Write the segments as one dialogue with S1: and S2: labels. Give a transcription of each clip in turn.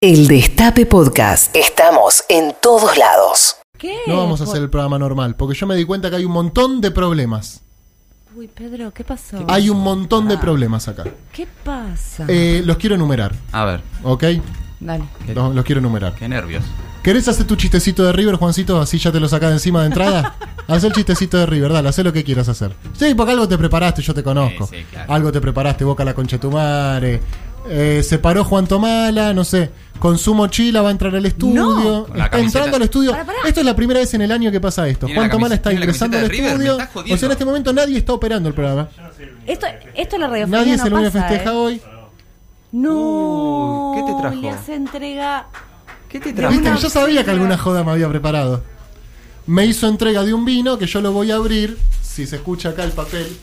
S1: El Destape Podcast. Estamos en todos lados.
S2: ¿Qué?
S3: No vamos a
S2: Por-
S3: hacer el programa normal, porque yo me di cuenta que hay un montón de problemas.
S2: Uy, Pedro, ¿qué pasó?
S3: Hay un montón
S2: Ah.
S3: de problemas acá.
S2: ¿Qué pasa?
S3: Eh, los quiero enumerar,
S4: A ver,
S3: ¿ok?
S2: Ah. Dale.
S3: Los, los quiero enumerar.
S4: qué nervios.
S3: ¿Querés hacer tu chistecito de River, Juancito? Así ya te lo sacás de encima de entrada. Haz el chistecito de River, dale, haz lo que quieras hacer. Sí, porque algo te preparaste, yo te conozco.
S4: Sí, sí, claro.
S3: Algo te preparaste, boca la concha de tu madre. Eh, se paró Juan Tomala, no sé. Con su mochila va a entrar al estudio.
S4: Con la
S3: Está
S4: camiseta.
S3: entrando al estudio.
S2: Pará, pará.
S3: Esto es la primera vez en el año que pasa esto.
S4: ¿Tiene
S3: Juan
S4: la
S3: Tomala
S4: camis-
S3: está
S4: tiene la
S3: ingresando al
S4: camiseta de River?
S3: estudio.
S4: Me estás
S3: O
S4: jodiendo.
S3: sea, en este momento nadie está operando el programa.
S2: Esto, esto es la radiofonía
S3: nadie
S2: no
S3: se lo
S2: pasa,
S3: festeja
S2: ¿eh?
S3: hoy.
S2: No.
S4: Uy, ¿qué te trajo?
S2: Le hace entrega.
S4: ¿Qué te
S2: trajo?
S3: Viste,
S2: Una
S3: yo sabía que
S2: auxilia.
S3: alguna joda me había preparado. Me hizo entrega de un vino que yo lo voy a abrir. Si se escucha acá el papel.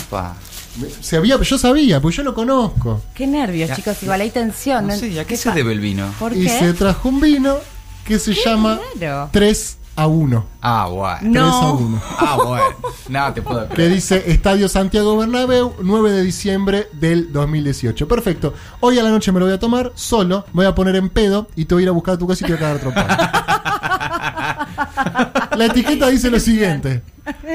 S4: Apa.
S3: Me- Se había, yo sabía, pues yo lo conozco.
S2: Qué nervios,
S4: Ya-
S2: chicos. Igual hay tensión.
S4: No sé, ¿y ¿a qué se
S2: pa-
S4: debe el vino?
S2: ¿Por
S3: Y
S2: qué?
S3: se trajo un vino que se llama
S2: raro.
S3: 3 a 1.
S4: Ah, bueno.
S3: 3 a
S2: No.
S3: 1.
S4: Ah, bueno. No, te puedo
S3: Que
S4: creer.
S3: dice Estadio Santiago Bernabéu, 9 de diciembre del 2018. Perfecto. Hoy a la noche me lo voy a tomar solo, me voy a poner en pedo y te voy a ir a buscar a tu casa y te voy a cagar trompado. La etiqueta dice lo siguiente.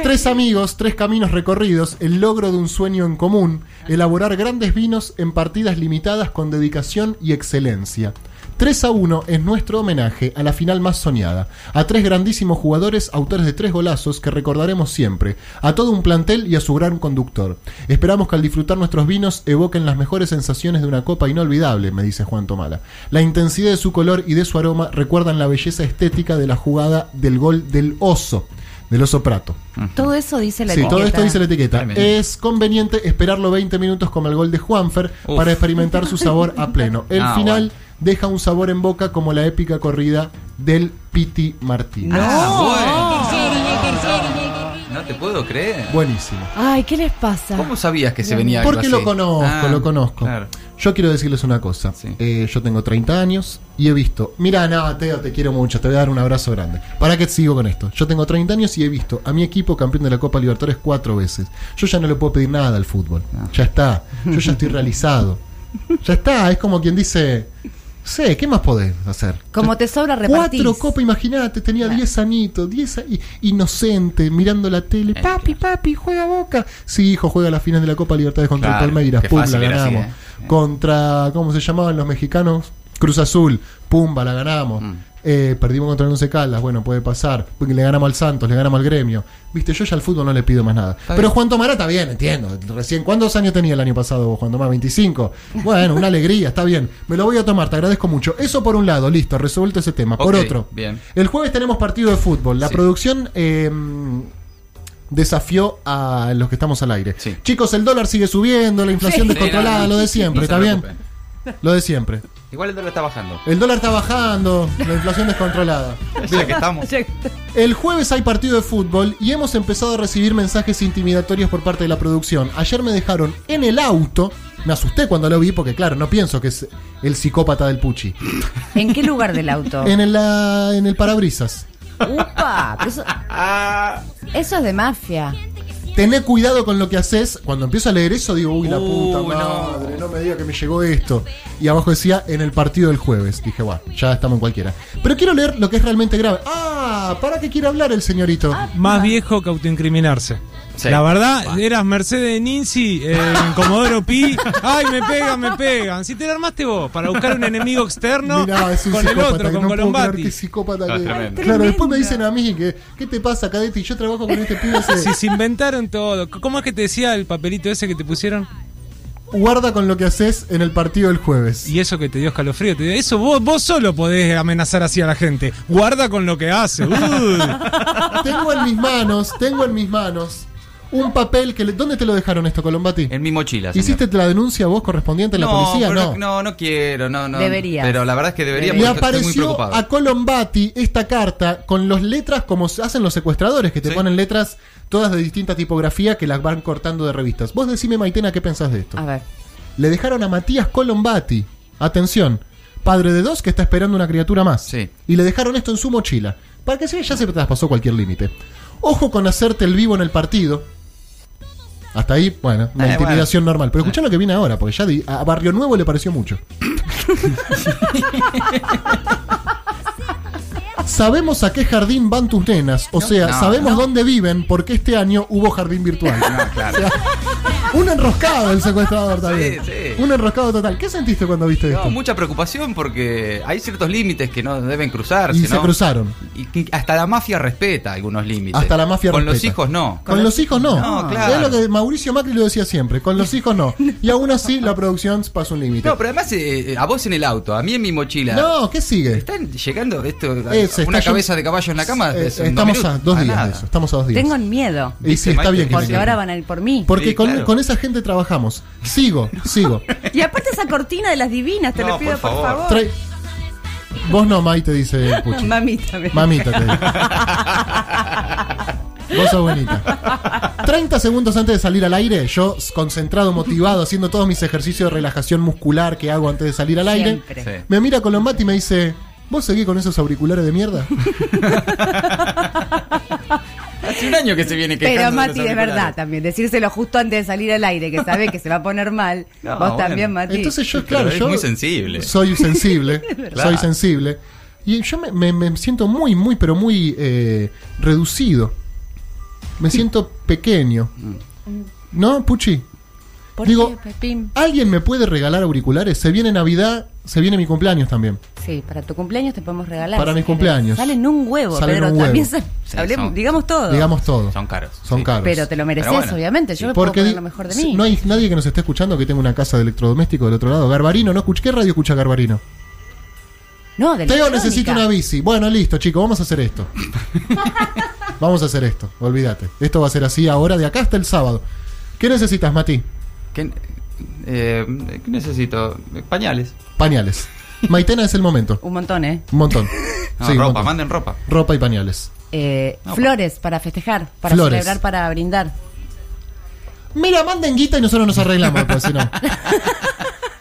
S3: Tres amigos, tres caminos recorridos, el logro de un sueño en común, elaborar grandes vinos en partidas limitadas con dedicación y excelencia. 3 a 1 es nuestro homenaje a la final más soñada, a tres grandísimos jugadores, autores de tres golazos que recordaremos siempre, a todo un plantel y a su gran conductor. Esperamos que al disfrutar nuestros vinos evoquen las mejores sensaciones de una copa inolvidable, me dice Juan Tomala. La intensidad de su color y de su aroma recuerdan la belleza estética de la jugada del gol del oso, del oso Prato.
S2: Todo eso dice la
S3: Sí,
S2: etiqueta.
S3: todo esto dice la etiqueta.
S4: Tremendo.
S3: Es conveniente esperarlo 20 minutos como el gol de Juanfer
S4: Uf.
S3: para experimentar su sabor a pleno. El
S4: Ah,
S3: final
S4: bueno.
S3: deja un sabor en boca como la épica corrida del Piti Martínez.
S4: Ah, No te puedo creer.
S3: Buenísimo.
S2: Ay, ¿qué les pasa?
S4: ¿Cómo sabías que se venía algo
S3: Porque
S4: así?
S3: lo conozco,
S4: Ah,
S3: lo conozco.
S4: claro.
S3: Yo quiero decirles una cosa.
S4: Sí.
S3: Eh, yo tengo 30 años y he visto. Mira, no, Teo, te quiero mucho. Te voy a dar un abrazo grande. ¿Para qué sigo con esto? Yo tengo 30 años y he visto a mi equipo campeón de la Copa Libertadores cuatro veces. Yo ya no le puedo pedir nada al fútbol.
S4: Ah.
S3: Ya está. Yo ya estoy realizado. Ya está. Es como quien dice. Sé, ¿qué más podés hacer?
S2: Como
S3: Ya-
S2: te sobra, repartís.
S3: Cuatro copas, imagínate, tenía 10 anitos, 10 ahí, inocente, mirando la tele.
S4: Eh,
S3: Papi, papi, juega Boca. Sí, hijo, juega la final de la Copa Libertadores contra
S4: Claro,
S3: el Palmeiras,
S4: qué
S3: pum, la
S4: fácil era así,
S3: ganamos.
S4: eh. Eh.
S3: Contra, ¿cómo se llamaban los mexicanos? Cruz Azul, pumba, la ganamos.
S4: Mm.
S3: Eh, perdimos contra el Once Caldas, bueno, puede pasar. Porque Le ganamos al Santos, le ganamos al Gremio. Viste, yo ya al fútbol no le pido más nada. Pero
S4: bien.
S3: Juan Tomara está bien, entiendo. Recién, ¿cuántos años tenía el año pasado vos, Juan Tomás? 25. Bueno, una alegría, está bien. Me lo voy a tomar, te agradezco mucho. Eso por un lado, listo, resuelto ese tema. Por
S4: Ok,
S3: otro,
S4: bien.
S3: el jueves tenemos partido de fútbol. La
S4: Sí.
S3: producción eh, desafió a los que estamos al aire.
S4: Sí.
S3: Chicos, el dólar sigue subiendo, la inflación
S4: Sí,
S3: descontrolada,
S4: no,
S3: lo de
S4: no
S3: siempre,
S4: se
S3: ¿está bien?
S4: preocupen.
S3: Lo de siempre.
S4: Igual el dólar está bajando.
S3: El dólar está bajando, la inflación descontrolada.
S4: Ya que estamos.
S3: El jueves hay partido de fútbol y hemos empezado a recibir mensajes intimidatorios por parte de la producción. Ayer me dejaron en el auto. Me asusté cuando lo vi porque, claro, no pienso que es el psicópata del Puchi.
S2: ¿En qué lugar del auto?
S3: En el, ah, en el parabrisas.
S2: Upa, pero eso,
S4: Ah,
S2: eso es de mafia.
S3: Tené cuidado con lo que haces. Cuando empiezo a leer eso, digo, uy, la puta
S4: Uh, no.
S3: madre, no me diga que me llegó esto. Y abajo decía, en el partido del jueves. Dije, bueno, ya estamos en cualquiera. Pero quiero leer lo que es realmente grave. Ah, ¿para qué quiere hablar el señorito?
S5: Más viejo que autoincriminarse.
S4: Sí.
S5: La verdad, eras Mercedes Ninzi eh, en Comodoro Pi. Ay, me pegan, me pegan. Si te la armaste vos, para buscar un enemigo externo
S3: Mirá, es un
S5: con el
S3: psicópata.
S5: otro,
S3: que
S5: con
S3: no puedo creer
S5: Colombati.
S3: qué psicópata
S4: No,
S3: que-
S4: tremendo.
S3: Claro, después
S2: Tremendo.
S3: me dicen a mí que, ¿qué te pasa, cadete? Y yo trabajo con este pibe hace-
S5: Si se inventaron todo. C- ¿Cómo es que te decía el papelito ese que te pusieron?
S3: Guarda con lo que haces en el partido del jueves.
S5: Y eso que te dio escalofrío. Te dio- eso vos, vos solo podés amenazar así a la gente. Guarda con lo que hace. Uy.
S3: Tengo en mis manos, tengo en mis manos un papel que... le- ¿Dónde te lo dejaron esto, Colombati?
S4: En mi mochila. señor.
S3: ¿Hiciste la denuncia vos correspondiente a la
S4: no,
S3: policía?
S4: pero
S3: No.
S4: no, no, no quiero, no, no.
S2: Deberías.
S4: Pero la verdad es que debería
S3: Le
S4: porque estoy muy
S3: apareció
S4: preocupado.
S3: a Colombati esta carta con las letras como se hacen los secuestradores, que te
S4: Sí.
S3: ponen letras todas de distinta tipografía que las van cortando de revistas. Vos decime, Maitena, ¿qué pensás de esto?
S2: A ver.
S3: Le dejaron a Matías Colombati, atención, padre de dos que está esperando una criatura más.
S4: Sí.
S3: Y le dejaron esto en su mochila, para que se ya se traspasó cualquier límite. Ojo con hacerte el vivo en el partido. Hasta ahí, bueno,
S4: Eh,
S3: una
S4: bueno. Eh,
S3: intimidación normal. Pero escuchá lo que viene ahora, porque ya di- a Barrio Nuevo le pareció mucho. Sabemos a qué jardín van tus nenas, o sea,
S4: No,
S3: sabemos
S4: no.
S3: dónde viven porque este año hubo jardín virtual.
S4: No, claro.
S3: Un enroscado el secuestrador también.
S4: sí.
S3: Un enroscado total. ¿Qué sentiste cuando viste
S4: No,
S3: esto?
S4: mucha preocupación porque hay ciertos límites que no deben cruzarse.
S3: Y se
S4: ¿no?
S3: cruzaron.
S4: Y que hasta la mafia respeta algunos límites.
S3: Hasta la mafia
S4: Con los
S3: respeta.
S4: hijos no.
S3: Con los hijos no.
S4: No, claro.
S3: Es lo que Mauricio Macri lo decía siempre. Con los hijos no. Y aún así la producción pasa un límite.
S4: No, pero además eh, eh, a vos en el auto, a mí en mi mochila.
S3: No, ¿qué sigue?
S4: Están llegando esto,
S3: Eh, se
S4: una
S3: está
S4: cabeza
S3: yendo-
S4: de caballo en la cama.
S3: Eh,
S4: es en
S3: estamos a
S4: minutos.
S3: dos
S4: Ah,
S3: días
S4: nada.
S3: de eso. Estamos a dos días.
S2: Tengo miedo.
S3: Y sí,
S4: Dice
S3: está
S4: Michael
S3: bien que
S4: que
S3: me
S2: Porque
S4: sí.
S3: quede.
S2: ahora van a ir por mí.
S3: Porque
S4: Sí,
S3: con,
S4: claro.
S3: con esa gente trabajamos. Sigo, sigo.
S2: Y aparte esa cortina de las divinas, te
S4: No,
S2: lo pido por
S4: por
S2: favor.
S4: favor.
S3: Trae- Vos no, Mai, te dice el Puchi.
S2: Mamita, me-
S3: Mamita, te digo. Vos sos bonita. 30 segundos antes de salir al aire, yo concentrado, motivado, haciendo todos mis ejercicios de relajación muscular que hago antes de salir al aire,
S2: Siempre.
S4: Sí.
S3: me mira Colombati y me dice, ¿vos seguís con esos auriculares de mierda?
S4: Hace un año que se viene quejando.
S2: Pero
S4: de los
S2: Mati, de
S4: auriculares.
S2: verdad también, decírselo justo antes de salir al aire, que sabés que se va a poner mal.
S4: No,
S2: Vos
S4: bueno.
S2: también, Mati.
S3: Entonces yo,
S4: Sí, pero
S3: claro,
S4: es
S3: yo
S4: muy sensible.
S3: Soy sensible, soy
S4: verdad.
S3: sensible. Y yo me, me- me siento muy, muy, pero muy eh, reducido. Me siento pequeño. ¿No, Puchi?
S2: ¿Por
S3: digo-
S2: qué, Pepín?
S3: ¿Alguien me puede regalar auriculares? Se viene Navidad, se viene mi cumpleaños también.
S2: Sí, para tu cumpleaños te podemos regalar.
S3: Para
S2: si
S3: mi
S2: querés.
S3: cumpleaños.
S2: Salen un huevo,
S3: Salen
S2: Pedro.
S3: un huevo.
S2: También sal-
S4: Sí,
S2: hablemos-
S4: son-
S2: digamos todo.
S3: Digamos todo.
S4: Son caros.
S3: Son
S4: sí.
S3: caros.
S2: pero te lo mereces,
S4: Pero bueno.
S2: obviamente. Yo me
S3: Porque
S2: puedo
S3: di-
S2: poner lo mejor de
S3: si-
S2: mí.
S3: no hay nadie que nos esté escuchando que tenga una casa de electrodomésticos del otro lado. Garbarino, ¿no? escuch- ¿Qué radio escucha Garbarino?
S2: No, de
S3: Teo
S2: electrónica.
S3: necesita una bici. Bueno, listo, chicos, vamos a hacer esto. vamos a hacer esto, olvídate. Esto va a ser así ahora, de acá hasta el sábado. ¿Qué necesitas, Mati?
S4: ¿Qué, eh, ¿qué necesito? Pañales.
S3: Pañales. Maitena es el momento.
S2: Un montón, ¿eh?
S3: Un montón.
S4: No,
S3: Sí, un
S4: ropa,
S3: montón.
S4: manden ropa.
S3: Ropa y pañales.
S2: Eh,
S4: pues.
S2: flores para festejar, para
S3: Flores.
S2: celebrar, para brindar.
S3: Mira, manden guita y nosotros nos arreglamos, pues si no.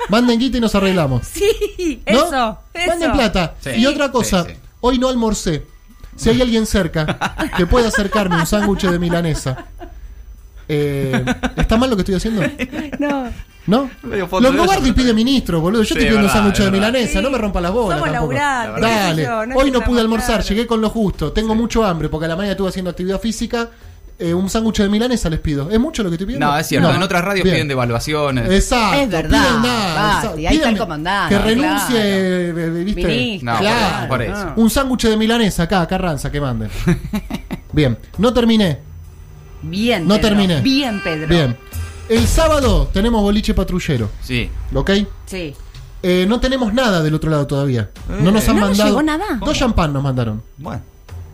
S3: Manden guita y nos arreglamos.
S2: Sí,
S3: ¿no?
S2: eso, eso.
S3: Manden plata.
S4: Sí,
S3: y otra cosa,
S4: sí, sí.
S3: hoy no almorcé. Si hay alguien cerca que pueda acercarme un sándwich de milanesa. eh, ¿Está mal lo que estoy haciendo?
S2: No,
S3: ¿No?
S4: Medio foto de
S3: Longobardi
S4: eso, pero-
S3: pide ministro, boludo. Yo
S4: Sí,
S3: estoy pidiendo
S4: verdad,
S3: sándwiches de
S4: verdad.
S3: milanesa, no me rompa las bolas.
S2: Somos
S3: tampoco.
S2: laburantes, qué
S3: Dale.
S2: sé yo, no
S3: Hoy no
S2: estamos,
S3: pude almorzar,
S2: claro.
S3: llegué con lo justo. Tengo mucho hambre porque a la mañana estuve haciendo actividad física. Eh, un sándwich de milanesa les pido. ¿Es mucho lo que estoy pidiendo?
S4: No, es cierto. En otras radios
S3: Bien.
S4: piden devaluaciones.
S3: Exacto.
S2: Es verdad,
S3: piden nada,
S2: Basti,
S3: exacto.
S2: ahí está el
S3: Pídanme
S2: comandante,
S3: Que renuncie,
S2: claro.
S3: eh, eh, ¿viste?
S2: Ministro,
S4: No,
S3: claro.
S4: por eso.
S3: Un sándwich de milanesa acá, acá ranza, que manden. Bien, no terminé.
S2: bien.
S3: No
S2: Pedro.
S3: terminé.
S2: Bien, Pedro.
S3: Bien. El sábado tenemos boliche patrullero,
S4: Sí.
S3: ¿ok?
S2: Sí.
S3: Eh, no tenemos nada del otro lado todavía. No nos
S4: Eh.
S3: han
S2: No nos
S3: mandado.
S2: llegó nada. ¿Cómo?
S3: Dos champán nos mandaron.
S4: Bueno.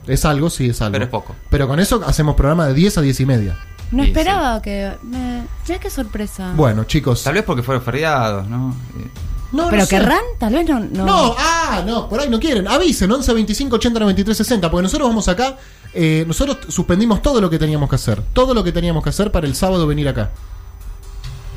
S3: Es algo, sí, es algo.
S4: Pero es poco.
S3: Pero con eso hacemos programa de 10 a 10 y media.
S6: No
S4: Sí,
S6: esperaba que. Me... Ya qué
S4: Ah.
S6: sorpresa.
S3: Bueno, chicos.
S4: Tal vez porque fueron feriados, ¿no? Eh,
S3: No, no
S2: Pero
S3: sé.
S2: querrán, tal vez no. No,
S3: No, ah, no, por ahí no quieren. Avisen, 11 25 80 93 60, porque nosotros vamos acá. eh, nosotros suspendimos todo lo que teníamos que hacer. Todo lo que teníamos que hacer para el sábado venir acá.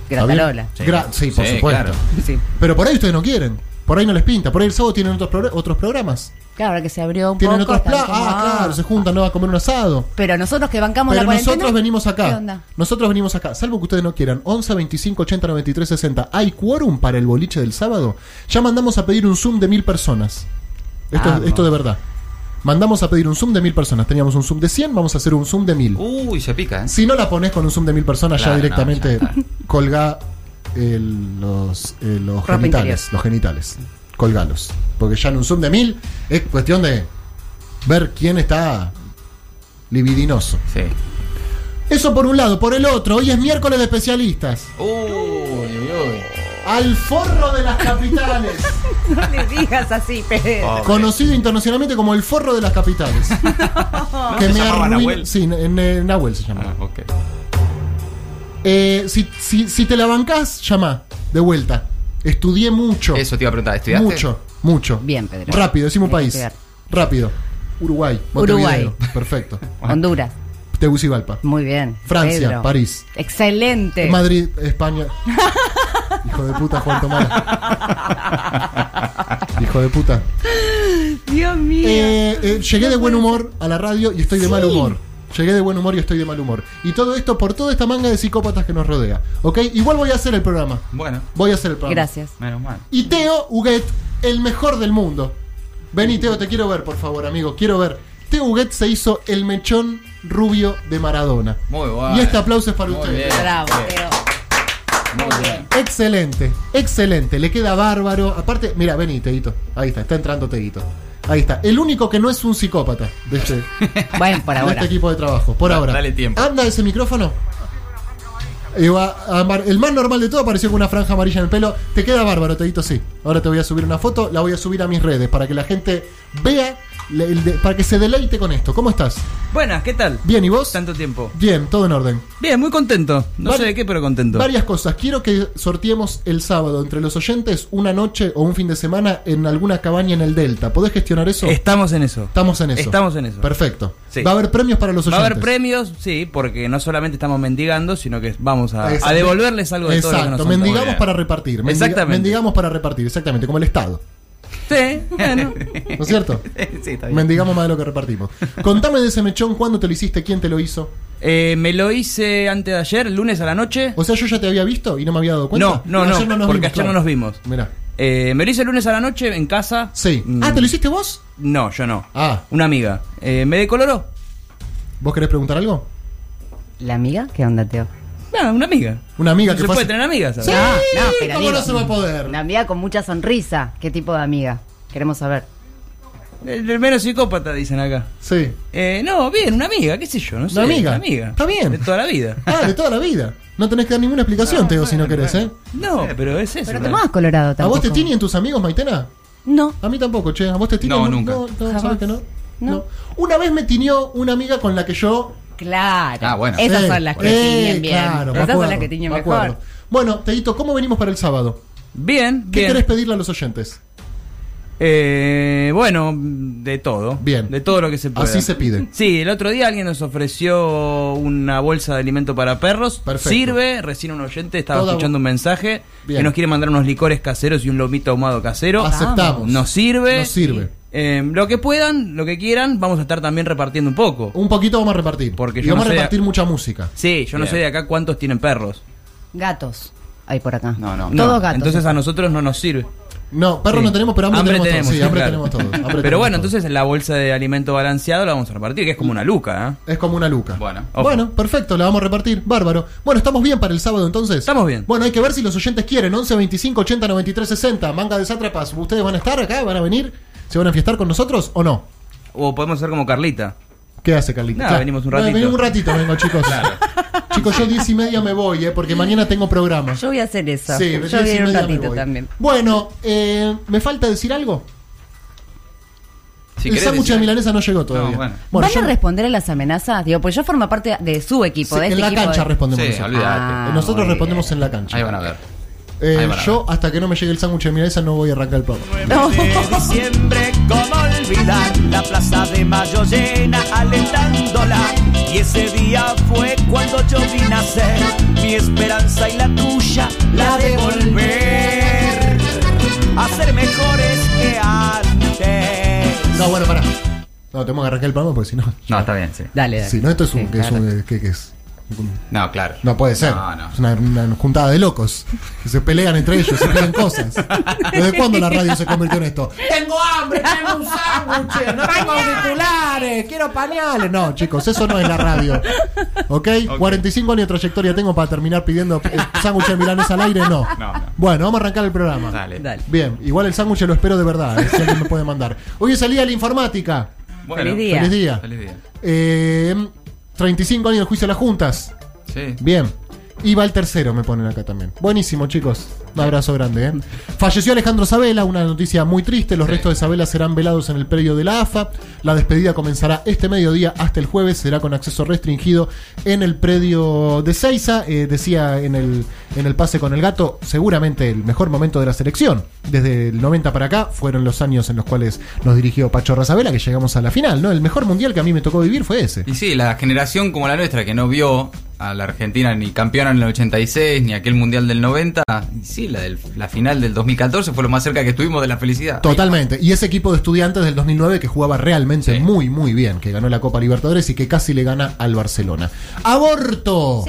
S3: ¿Está bien?
S2: Gratarola.
S3: Gra- sí, por
S4: Sí,
S3: supuesto.
S4: claro.
S2: Sí.
S3: Pero por ahí ustedes no quieren. Por ahí no les pinta. Por ahí el sábado tienen otros, progr- otros programas.
S2: Claro, ahora que se abrió un
S3: Tienen
S2: poco.
S3: otros
S2: están
S3: planes.
S2: como,
S3: Ah,
S2: ah.
S3: claro, se juntan, no va a comer un asado.
S2: Pero nosotros que bancamos
S3: Pero
S2: la cuarentena.
S3: nosotros venimos acá.
S2: ¿Qué onda?
S3: Nosotros venimos acá. Salvo que ustedes no quieran. 11, 25, 80, 93, 60. ¿Hay quórum para el boliche del sábado? Ya mandamos a pedir un Zoom de mil personas. Esto,
S2: Ah,
S4: Vamos.
S3: esto de verdad. Mandamos a pedir un Zoom de mil personas. Teníamos un Zoom de 100, vamos a hacer un Zoom de mil.
S2: Uh.
S4: Uy, se pica, ¿eh?
S3: Si no la pones con un Zoom de mil personas,
S4: Claro,
S3: ya
S4: no,
S3: directamente
S4: ya está.
S3: colga el- los, eh, los
S2: Ropa
S3: genitales.
S2: interior.
S3: Los genitales. Colgalos. Porque ya en un Zoom de mil es cuestión de ver quién está libidinoso.
S4: Sí.
S3: Eso por un lado. Por el otro, hoy es miércoles de especialistas.
S4: Uy, uy, uy.
S3: Al forro de las capitales.
S2: No le digas así, Pedro.
S4: Pobre.
S3: Conocido internacionalmente como el forro de las capitales.
S4: ¿No se llamaba
S3: arruina-
S4: Nahuel?
S3: Sí, en, en Nahuel se llama.
S4: Ah, ok.
S3: Eh, si, si- si te la bancás, llama. De vuelta. Estudié mucho.
S4: Eso te iba a preguntar, ¿estudiaste?
S3: Mucho, mucho.
S2: Bien, Pedro.
S3: Rápido, decimos
S2: Tenés
S3: país.
S2: que estudiar.
S3: Rápido. Uruguay.
S2: Uruguay.
S3: Montevideo. Perfecto.
S2: Honduras.
S3: Tegucigalpa.
S2: Muy bien.
S3: Francia,
S2: Pedro.
S3: París.
S2: Excelente.
S3: Madrid, España. Hijo de puta, Juan Tomás. Hijo de puta.
S2: Dios mío.
S3: Eh, eh, llegué de buen humor a la radio y estoy de mal humor. Llegué de buen humor y estoy de mal humor. Y todo esto por toda esta manga de psicópatas que nos rodea. ¿Ok? Igual voy a hacer el programa.
S4: Bueno,
S3: Voy a hacer el programa.
S2: Gracias.
S4: menos mal.
S3: Y Teo Huguet, el mejor del mundo. Vení, Teo, te quiero ver, por favor, amigo. Quiero ver. Teo Huguet se hizo el mechón rubio de Maradona.
S4: Muy bueno.
S3: Y este aplauso es para
S4: Muy
S3: ustedes.
S4: bien,
S2: Bravo,
S4: bien,
S2: Teo.
S4: Muy bien.
S3: Excelente, excelente, le queda bárbaro. Aparte, mira, vení, Teito. Ahí está, está entrando Teito. Ahí está. El único que no es un psicópata de este, de
S2: Bueno, por ahora.
S3: este equipo de trabajo, por
S4: Da-
S3: ahora.
S4: dale tiempo.
S3: Anda ese micrófono. Y va a amar- el más normal de todo apareció con una franja amarilla en el pelo. Te queda bárbaro, Teito, sí. Ahora te voy a subir una foto, la voy a subir a mis redes para que la gente vea, le- el de- para que se deleite con esto. ¿Cómo estás?
S4: Buenas, ¿qué tal?
S3: Bien, ¿y vos?
S4: Tanto tiempo.
S3: Bien, todo en orden.
S4: Bien, muy contento. No
S3: Vari-
S4: sé de qué, pero contento.
S3: Varias cosas. Quiero que sorteemos el sábado entre los oyentes una noche o un fin de semana en alguna cabaña en el Delta. ¿Podés gestionar eso?
S7: Estamos en eso.
S3: Estamos en eso.
S7: Estamos en eso.
S3: Perfecto.
S7: Sí.
S3: Va a haber premios para los
S7: Va
S3: oyentes.
S7: a haber premios, sí, porque no solamente estamos mendigando, sino que vamos a,
S3: Exacto.
S7: Ah, a devolverles algo de
S3: Exacto.
S7: todo lo que nos han
S4: Muy
S3: mendigamos
S4: bien.
S3: para repartir. Mendiga-
S7: Exactamente.
S3: Mendigamos para repartir, exactamente, como el Estado.
S7: dado. Sí, bueno.
S3: ¿No es cierto?
S4: Sí, está bien.
S3: mendigamos más de lo que repartimos. Contame de ese mechón, ¿cuándo te lo hiciste? ¿Quién te lo hizo?
S7: Eh, me lo hice antes de ayer, lunes a la noche.
S3: O sea, yo ya te había visto y no me había dado cuenta.
S7: No, no, no, porque ayer no nos vimos.
S3: Mira.
S7: Eh, me lo hice el lunes a la noche en casa.
S3: Sí.
S7: Mm,
S3: Ah, ¿te lo hiciste vos?
S7: No, yo no.
S3: Ah.
S7: Una amiga. Eh, me decoloró.
S3: ¿Vos querés preguntar algo?
S2: ¿La amiga? ¿Qué onda, Teo?
S7: Nada, Ah, una amiga.
S3: Una amiga
S7: No
S3: que
S7: se
S3: fue
S7: puede
S3: hace-
S7: tener amigas, ¿sabes?
S3: Sí,
S2: No, no, pero
S3: ¿Cómo
S2: digo-
S3: no se va a poder?
S2: Una amiga con mucha sonrisa. ¿Qué tipo de amiga? Queremos saber.
S7: El, el menos psicópata, dicen acá.
S3: Sí.
S7: Eh, no, bien, una amiga, qué sé yo, no sé.
S3: amiga.
S7: Una amiga.
S3: Está bien.
S7: De toda la vida.
S3: Ah, de toda la vida. No tenés que dar ninguna explicación, Teo, si no querés, ¿eh?
S7: No, pero es eso.
S2: Pero
S7: ¿no?
S2: tomás Colorado
S3: ¿A
S2: tampoco.
S3: vos te tienen tus amigos, Maitena?
S2: No.
S3: A mí tampoco, che. ¿A vos te tienen?
S4: No, nunca.
S3: No, no,
S2: Jamás.
S3: ¿sabes que no?
S2: No.
S3: Una vez me tiñó una amiga con la que yo...
S2: Claro.
S4: Ah, bueno.
S2: Esas
S3: Eh,
S2: son las que
S3: eh,
S2: tiñen bien.
S3: Claro, me
S2: Esas
S3: acuerdo,
S2: son las que tiñen
S3: me
S2: mejor.
S3: acuerdo. Bueno, Teito, ¿cómo venimos para el sábado?
S7: Bien,
S3: ¿Qué
S7: bien.
S3: querés pedirle a los oyentes?
S7: Eh, bueno, de todo.
S3: Bien.
S7: De todo lo que se pueda.
S3: Así se pide.
S7: Sí, el otro día alguien nos ofreció una bolsa de alimento para perros.
S3: Perfecto.
S7: Sirve, recién un oyente estaba
S3: Toda
S7: escuchando
S3: bo-
S7: un mensaje
S3: Bien.
S7: que nos quiere mandar unos licores caseros y un lomito ahumado casero.
S3: Aceptamos.
S7: ah, Nos sirve.
S3: Nos sirve.
S7: Eh, lo que puedan, lo que quieran, vamos a estar también repartiendo un poco.
S3: Un poquito vamos a repartir.
S7: Porque
S3: y
S7: yo
S3: vamos
S7: no
S3: a
S7: sé-
S3: repartir mucha música.
S7: Sí, yo no
S4: Bien.
S7: sé de acá cuántos tienen perros.
S2: Gatos. Ahí por acá.
S4: No, no.
S2: Todos
S7: No,
S2: gatos.
S7: Entonces a nosotros no nos sirve.
S3: No, perro no
S7: Sí.
S3: tenemos, pero hambre, tenemos, todos. Sí, hambre
S7: claro.
S3: tenemos todos. hambre
S7: Pero
S3: tenemos
S7: bueno,
S3: todos.
S7: entonces la bolsa de alimento balanceado la vamos a repartir, que es como una luca, ¿eh?
S3: Es como una luca.
S4: Bueno.
S7: Ojo.
S3: Bueno, perfecto, la vamos a repartir. Bárbaro. Bueno, estamos bien para el sábado entonces.
S7: Estamos bien.
S3: Bueno, hay que ver si los oyentes quieren. 11, 25, 80, 93, 60. Manga de sátrapas. ¿Ustedes van a estar acá? ¿Van a venir? ¿Se van a fiestar con nosotros o no?
S7: ¿eh? O podemos hacer como Carlita.
S3: ¿Qué hace, Carlita?
S7: Nada, venimos un
S3: Bueno,
S7: ratito.
S3: venimos un ratito, vengo, chicos. Chicos, yo 10 y media me voy, eh, porque mañana tengo programa.
S2: Yo voy a hacer eso.
S3: Sí,
S2: Yo
S3: 10 y
S2: voy a ir un
S3: media me
S2: ratito
S3: voy.
S2: también.
S3: Bueno, eh, ¿me falta decir algo?
S4: Si
S3: el
S4: querés
S3: sándwich de
S4: decir-
S3: milanesa no llegó todavía.
S4: No, bueno.
S3: Bueno,
S2: ¿Van
S3: yo-
S2: a responder a las amenazas? Digo, pues yo formo parte de su equipo,
S3: sí,
S2: de este
S3: en la
S2: equipo
S3: cancha
S2: de-
S3: respondemos.
S4: Sí,
S3: nosotros.
S4: olvídate.
S2: Ah, muy
S3: nosotros
S2: bien.
S3: respondemos en la cancha.
S4: Ahí van a ver.
S3: Eh,
S4: Ahí van a
S3: yo, hasta que no me llegue el sándwich de milanesa, no voy a arrancar el programa.
S8: Siempre como olvidar la plaza de mayo llena alentándola y ese día fue cuando yo vi nacer mi esperanza y la tuya la de volver a ser mejores que antes
S3: No, bueno, pará. No, tenemos que arrancar el programa porque si no.
S4: No, está bien, sí.
S2: Dale, dale.
S3: Si no, esto es un. Que es un que- que es un-
S4: No, claro.
S3: no puede ser.
S4: No, no.
S3: Es una, una juntada de locos. Que se pelean entre ellos, se pelean cosas. ¿Desde cuándo la radio se convirtió en esto? Tengo hambre, tengo un sándwich, no tengo auriculares, quiero pañales. No, chicos, eso no es la radio. ¿Ok? 45 años de trayectoria tengo para terminar pidiendo eh, sándwich de milanesa al aire, no.
S4: No, no.
S3: Bueno, vamos a arrancar el programa.
S4: Dale.
S2: Dale.
S3: Bien, igual el sándwich lo espero de verdad, eh, si alguien me puede mandar. Hoy es el día de la informática.
S4: Bueno,
S2: Feliz día.
S3: Feliz día.
S4: Feliz día.
S3: Eh, 35 años del juicio a las juntas.
S4: Sí.
S3: Bien. Y va el tercero, me ponen acá también. Buenísimo, chicos. Un abrazo grande, ¿eh? Falleció Alejandro Sabela, una noticia muy triste. Los restos de Sabela serán velados en el predio de la AFA. La despedida comenzará este mediodía hasta el jueves. Será con acceso restringido en el predio de Seiza. Eh, decía en el, en el pase con el gato, seguramente el mejor momento de la selección. Desde el 90 para acá fueron los años en los cuales nos dirigió Pachorra Sabela, que llegamos a la final, ¿no? El mejor mundial que a mí me tocó vivir fue ese.
S4: Y sí, la generación como la nuestra que no vio a la Argentina ni campeona en el 86 ni aquel mundial del 90, y sí, sí, la, del- la final del 2014 fue lo más cerca que estuvimos de la felicidad.
S3: Totalmente. Y ese equipo de estudiantes del 2009 que jugaba realmente muy, muy bien, que ganó la Copa Libertadores y que casi le gana al Barcelona. ¡Aborto!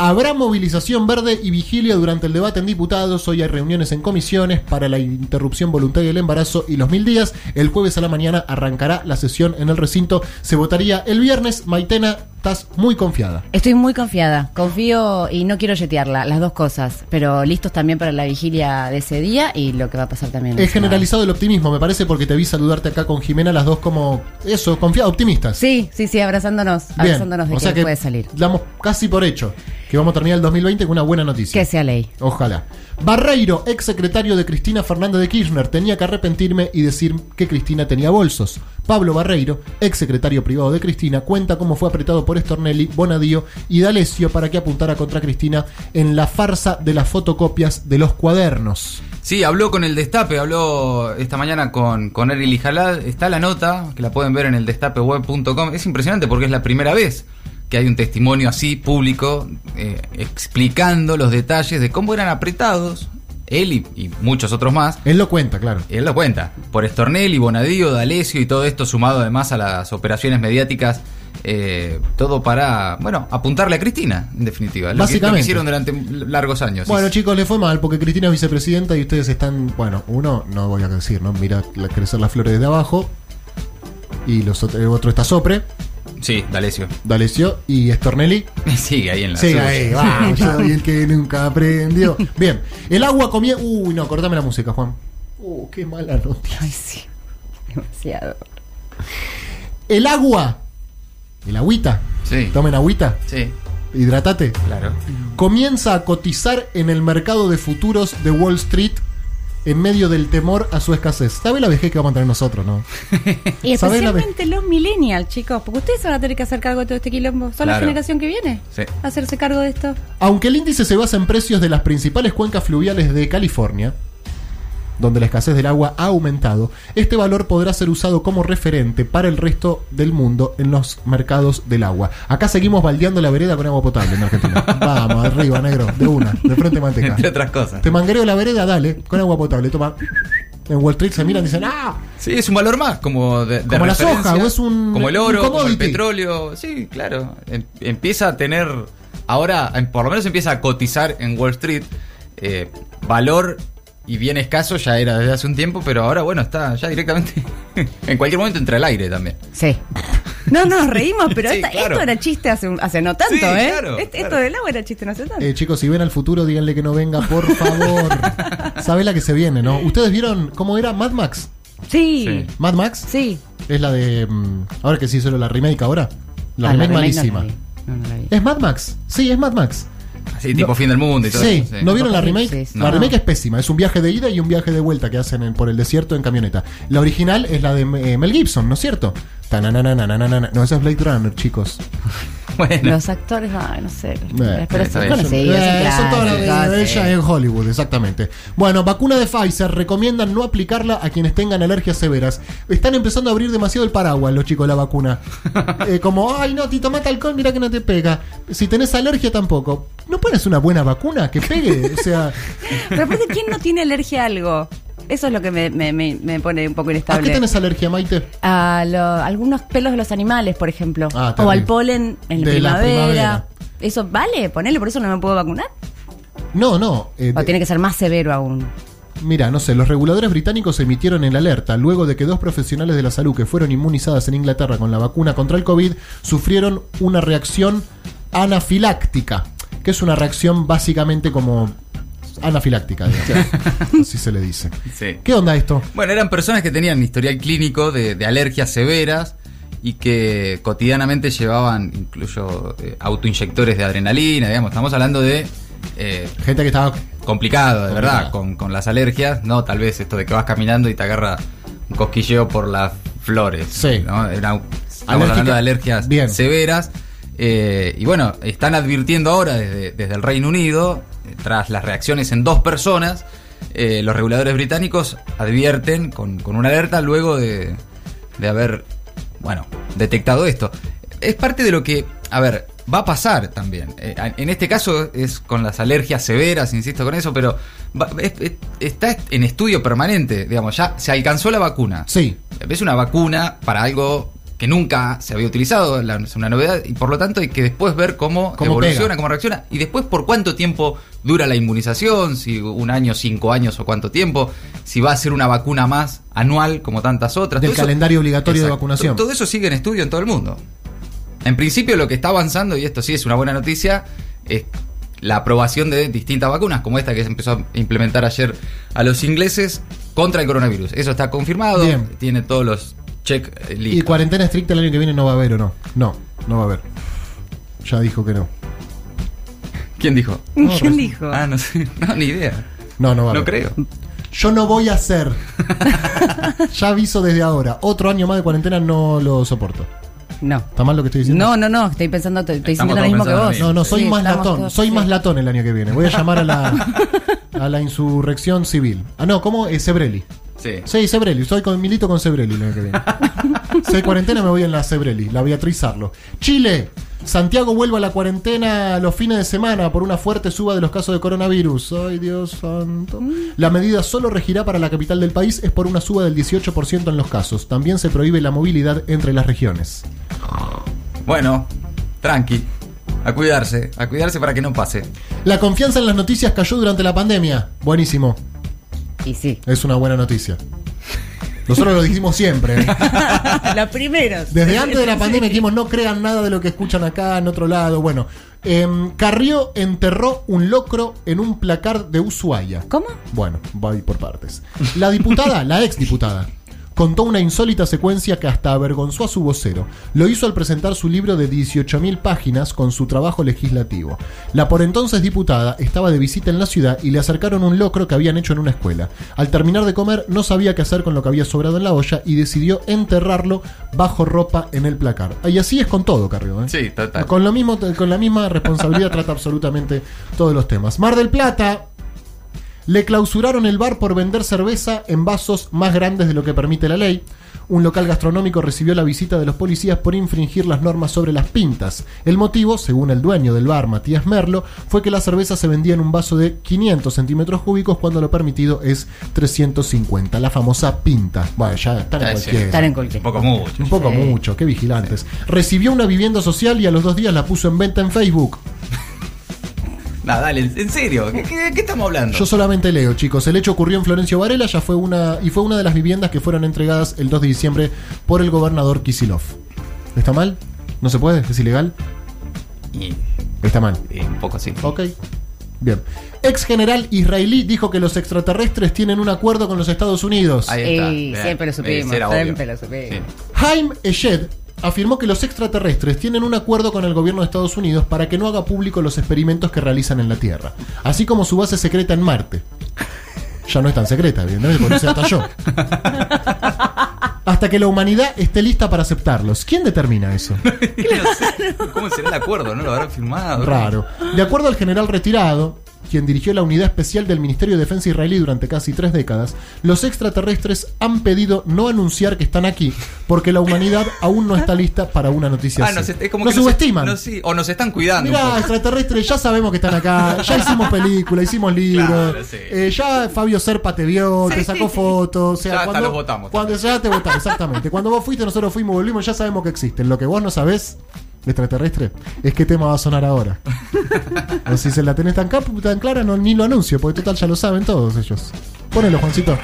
S3: Habrá movilización verde y vigilia durante el debate en diputados. Hoy hay reuniones en comisiones para la interrupción voluntaria del embarazo y los mil días. El jueves a la mañana arrancará la sesión en el recinto. Se votaría el viernes. Maitena, estás muy confiada.
S2: Estoy muy confiada, confío y no quiero yetearla, las dos cosas, pero listos también para la vigilia de ese día y lo que va a pasar también.
S3: Es generalizado el optimismo, me parece, porque te vi saludarte acá con Jimena, las dos como eso, confiadas, optimistas.
S2: Sí, sí, sí, abrazándonos,
S3: Bien.
S2: abrazándonos de
S3: o sea
S2: que, puede salir.
S3: Damos casi por hecho que vamos a terminar el 2020 con una buena noticia.
S2: Que sea ley.
S3: Ojalá. Barreiro, ex secretario de Cristina Fernández de Kirchner, tenía que arrepentirme y decir que Cristina tenía bolsos. Pablo Barreiro, ex secretario privado de Cristina, cuenta cómo fue apretado por Estornelli, Bonadío y D'Alessio para que apuntara contra Cristina en la farsa de las fotocopias de los cuadernos.
S4: Sí, habló con el Destape, habló esta mañana con, con Eril y Jalad. Está la nota, que la pueden ver en el destapeweb.com. Es impresionante porque es la primera vez que hay un testimonio así público eh, explicando los detalles de cómo eran apretados él y- y muchos otros más
S3: Él lo cuenta, claro.
S4: y él lo cuenta. Por Estornelli, Bonadío, D'Alessio y todo esto sumado además a las operaciones mediáticas. eh, todo para, bueno, apuntarle a Cristina, en definitiva. Lo que- lo que,
S3: Básicamente.
S4: hicieron durante largos años.
S3: Bueno, chicos, le fue mal porque Cristina es vicepresidenta y ustedes están. Bueno, uno, no voy a decir, ¿no? Mira la- crecer las flores desde abajo. Y los otro, el otro está Sopre,
S4: Sí, D'Alessio.
S3: D'Alessio y Stornelli.
S4: Sigue ahí en la
S3: Sí,
S4: suya.
S3: ahí, va, yo soy el que nunca aprendió. Bien, el agua comía. Uy, no, cortame la música, Juan. Uh, qué mala noticia.
S2: Ay, sí, demasiado.
S3: El agua. El agüita.
S4: Sí.
S3: Tomen agüita.
S4: Sí,
S3: Hidratate.
S4: claro.
S3: comienza a cotizar en el mercado de futuros de Wall Street en medio del temor a su escasez. ¿Sabe la vejez que vamos a tener nosotros, no?
S6: Y
S3: ¿Sabés la ve-
S6: especialmente los millennials, chicos, porque ustedes van a tener que hacer cargo de todo este quilombo. Son la
S4: Claro.
S6: generación que viene.
S4: Sí.
S6: a Hacerse cargo de esto.
S3: Aunque el índice se basa en precios de las principales cuencas fluviales de California, donde la escasez del agua ha aumentado, este valor podrá ser usado como referente para el resto del mundo en los mercados del agua. Acá seguimos baldeando la vereda con agua potable en Argentina. Vamos, arriba, negro, de una, de frente manteca.
S4: Entre otras cosas.
S3: Te manguereo la vereda, dale, con agua potable, toma. En Wall Street se miran y dicen, ¡ah!
S4: Sí, es un valor más, como de, de
S3: Como la soja,
S4: referencia,
S3: o es un-
S4: como el oro,
S3: un
S4: como el
S3: commodity.
S4: petróleo. Sí, claro. Em- empieza a tener. Ahora, em, por lo menos empieza a cotizar en Wall Street. eh, valor y bien escaso ya era desde hace un tiempo, pero ahora, bueno, está ya directamente. en cualquier momento entra al aire también.
S2: Sí. No, nos reímos, pero
S4: Sí,
S2: esta-
S4: claro.
S2: esto era chiste hace, un- hace no tanto,
S4: Sí,
S2: ¿eh?
S4: claro,
S2: Este-
S4: claro.
S2: Esto del agua era chiste no hace tanto.
S3: Eh, chicos, si ven al futuro, díganle que no venga, por favor. Sabe la que se viene, ¿no? ¿Ustedes vieron cómo era Mad Max?
S2: sí,
S3: Mad Max
S2: sí.
S3: es la de. mm, ahora que se hizo la remake ahora. La
S2: Ah, remake
S3: remake
S2: no
S3: malísima.
S2: la vi. No, no la vi.
S3: ¿Es Mad Max? Sí, es Mad Max.
S4: Así, tipo fin del mundo y todo
S3: Sí,
S4: eso.
S3: ¿no vieron la remake?
S2: Sí, sí.
S3: La
S2: No.
S3: remake es pésima. Es un viaje de ida y un viaje de vuelta que hacen en- por el desierto en camioneta. La original es la de eh, Mel Gibson, ¿no es cierto? Tananananananana. No, esa es Blade Runner, chicos.
S4: Bueno,
S2: Los actores, ay, no sé.
S4: está
S2: pero son
S4: bien.
S2: conocidos.
S3: Eh,
S2: son
S3: son todas las
S2: clásicos,
S3: de ella
S2: sí.
S3: en Hollywood, exactamente. Bueno, vacuna de Pfizer, recomiendan no aplicarla a quienes tengan alergias severas. Están empezando a abrir demasiado el paraguas los chicos de la vacuna. Eh, como, ay no, Tito, mata alcohol, mira que no te pega. Si tenés alergia tampoco. ¿No pones una buena vacuna que pegue? O sea,
S6: Pero aparte, ¿quién no tiene alergia a algo? Eso es lo que me, me- me- me pone un poco
S3: ¿a qué
S6: inestable.
S3: tenés alergia, Maite?
S2: a lo- algunos pelos de los animales, por ejemplo.
S3: Ah,
S2: o
S3: terrible.
S2: al polen en la
S3: De la
S2: primavera.
S3: primavera.
S2: ¿Eso vale? Ponele, por eso no me puedo vacunar.
S3: No, no. eh,
S2: O Ah, tiene que ser más severo aún.
S3: Oh, Mira, no sé, los reguladores británicos emitieron el alerta luego de que dos profesionales de la salud que fueron inmunizadas en Inglaterra con la vacuna contra el COVID sufrieron una reacción anafiláctica, que es una reacción básicamente como anafiláctica, digamos. así se le dice.
S4: sí.
S3: ¿Qué onda esto?
S4: Bueno, eran personas que tenían historial clínico de, de alergias severas y que cotidianamente llevaban incluso eh, autoinyectores de adrenalina, digamos, estamos hablando de eh,
S3: Gente que estaba...
S4: complicado, de
S3: Complicado.
S4: verdad, con, con las alergias, no tal vez esto de que vas caminando y te agarra un cosquilleo por las flores.
S3: Sí.
S4: ¿no? Era, estamos
S3: Alérgica.
S4: hablando de alergias
S3: Bien.
S4: severas. eh, y bueno, están advirtiendo ahora desde, desde el Reino Unido, eh, tras las reacciones en dos personas, eh, los reguladores británicos advierten con, con una alerta luego de, de haber, bueno, detectado esto. Es parte de lo que, a ver, va a pasar también. Eh, en este caso es con las alergias severas, insisto con eso, pero va- es- es- está en estudio permanente, digamos, ya se alcanzó la vacuna.
S3: Sí.
S4: Es una vacuna para algo que nunca se había utilizado, la- es una novedad, y por lo tanto hay que después ver cómo,
S3: Cómo
S4: evoluciona,
S3: pega.
S4: cómo reacciona, y después por cuánto tiempo dura la inmunización, si un año, cinco años o cuánto tiempo, si va a ser una vacuna más anual como tantas otras.
S3: Del
S4: Todo eso-
S3: calendario obligatorio de
S4: Exacto.
S3: vacunación.
S4: Todo eso sigue en estudio en todo el mundo. En principio lo que está avanzando, y esto sí es una buena noticia, es la aprobación de distintas vacunas, como esta que se empezó a implementar ayer a los ingleses contra el coronavirus. Eso está confirmado,
S3: Bien.
S4: tiene todos los check eh,
S3: Y
S4: listos.
S3: cuarentena estricta el año que viene no va a haber o no. No, no va a haber. Ya dijo que no.
S4: ¿Quién dijo?
S3: pues
S6: ¿Quién dijo?
S4: Ah, no sé, no, ni idea.
S3: No, no va a haber.
S4: No creo.
S3: Yo no voy a hacer. ya aviso desde ahora. Otro año más de cuarentena no lo soporto.
S2: No.
S3: ¿Está mal lo que estoy diciendo?
S2: No, no, no, estoy pensando, te- estoy
S4: Estamos
S2: diciendo lo mismo que
S4: todos
S2: vos.
S4: pensando
S3: No, no, soy
S2: Sí,
S3: más
S2: estamos
S3: latón.
S2: todos-
S3: soy
S2: sí.
S3: más latón el año que viene. Voy a llamar a la, a la insurrección civil. Ah, no, ¿cómo? Eh, Sebrelli.
S4: Sí.
S3: Sí, Sebrelli. Soy con, milito con Sebrelli el año que viene. Si hay cuarentena me voy en la Sebrelli, la Beatriz Arlo. Chile. Santiago vuelve a la cuarentena los fines de semana por una fuerte suba de los casos de coronavirus. Ay, Dios santo. La medida solo regirá para la capital del país, es por una suba del 18% en los casos. También se prohíbe la movilidad entre las regiones.
S4: Bueno, tranqui. A cuidarse, a cuidarse para que no pase.
S3: La confianza en las noticias cayó durante la pandemia. Buenísimo.
S2: Y sí.
S3: Es una buena noticia. Nosotros lo dijimos siempre. ¿eh?
S6: La primera.
S3: Desde antes de la pandemia dijimos no crean nada de lo que escuchan acá en otro lado. Bueno, em, Carrió enterró un locro en un placar de Ushuaia.
S6: ¿Cómo?
S3: Bueno, voy por partes. La diputada, la exdiputada, contó una insólita secuencia que hasta avergonzó a su vocero. Lo hizo al presentar su libro de 18.000 páginas con su trabajo legislativo. La por entonces diputada estaba de visita en la ciudad y le acercaron un locro que habían hecho en una escuela. Al terminar de comer, no sabía qué hacer con lo que había sobrado en la olla y decidió enterrarlo bajo ropa en el placar. Y así es con todo, Carrió. ¿eh?
S4: Sí, total.
S3: Con, lo mismo, con la misma responsabilidad trata absolutamente todos los temas. Mar del Plata, le clausuraron el bar por vender cerveza en vasos más grandes de lo que permite la ley. Un local gastronómico recibió la visita de los policías por infringir las normas sobre las pintas. El motivo, según el dueño del bar, Matías Merlo, fue que la cerveza se vendía en un vaso de 500 centímetros cúbicos cuando lo permitido es 350, la famosa pinta. Bueno, ya están en
S4: Ah, sí.
S3: cualquiera.
S2: Estar en cualquier.
S4: Un poco mucho.
S3: Un poco mucho, qué vigilantes. Recibió una vivienda social y a los dos días la puso en venta en Facebook.
S4: Nada, dale, en serio, ¿qué, qué- qué estamos hablando?
S3: Yo solamente leo, chicos. El hecho ocurrió en Florencio Varela, ya fue una y fue una de las viviendas que fueron entregadas el 2 de diciembre por el gobernador Kisilov. ¿Está mal? ¿No se puede? ¿Es ilegal?
S4: Y,
S3: Está mal.
S4: y un poco así.
S3: Ok. Bien. Ex general israelí dijo que los extraterrestres tienen un acuerdo con los Estados Unidos.
S4: Ahí está.
S2: Ey,
S4: Bien.
S2: siempre lo supimos,
S4: Ese era obvio.
S2: siempre lo supimos.
S3: Haim Eyed afirmó que los extraterrestres tienen un acuerdo con el gobierno de Estados Unidos para que no haga público los experimentos que realizan en la Tierra, así como su base secreta en Marte. Ya no es tan secreta, evidentemente, porque no sé hasta yo. Hasta que la humanidad esté lista para aceptarlos. ¿Quién determina eso?
S4: No sé, ¿Cómo será el acuerdo? ¿No lo habrán firmado?
S3: Raro. De acuerdo al general retirado, quien dirigió la unidad especial del Ministerio de Defensa israelí durante casi tres décadas, los extraterrestres han pedido no anunciar que están aquí, porque la humanidad aún no está lista para una noticia
S4: Ah,
S3: así.
S4: nos, es como
S3: Nos
S4: que nos-
S3: subestiman.
S4: no, sí, o nos están cuidando. un
S3: Mirá,
S4: poco.
S3: extraterrestres, ya sabemos que están acá, ya hicimos película, hicimos libros,
S4: Claro, sí.
S3: eh, ya Fabio Serpa te vio, te sacó fotos, o sea,
S4: Ya hasta
S3: cuando,
S4: los votamos
S3: cuando ya te votaron, exactamente. Cuando vos fuiste, nosotros fuimos, volvimos, ya sabemos que existen. Lo que vos no sabés, extraterrestre, es qué tema va a sonar ahora. o si se la tenés tan, cap- tan clara, no, ni lo anuncio, porque total ya lo saben todos ellos. Ponelo, Juancito.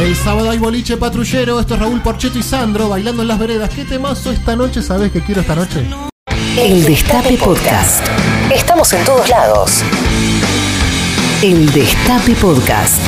S3: El sábado hay boliche patrullero, esto es Raúl Porcheto y Sandro bailando en las veredas. ¿Qué temazo esta noche? ¿Sabés que quiero esta noche?
S1: El Destape Podcast. Estamos en todos lados. El Destape Podcast.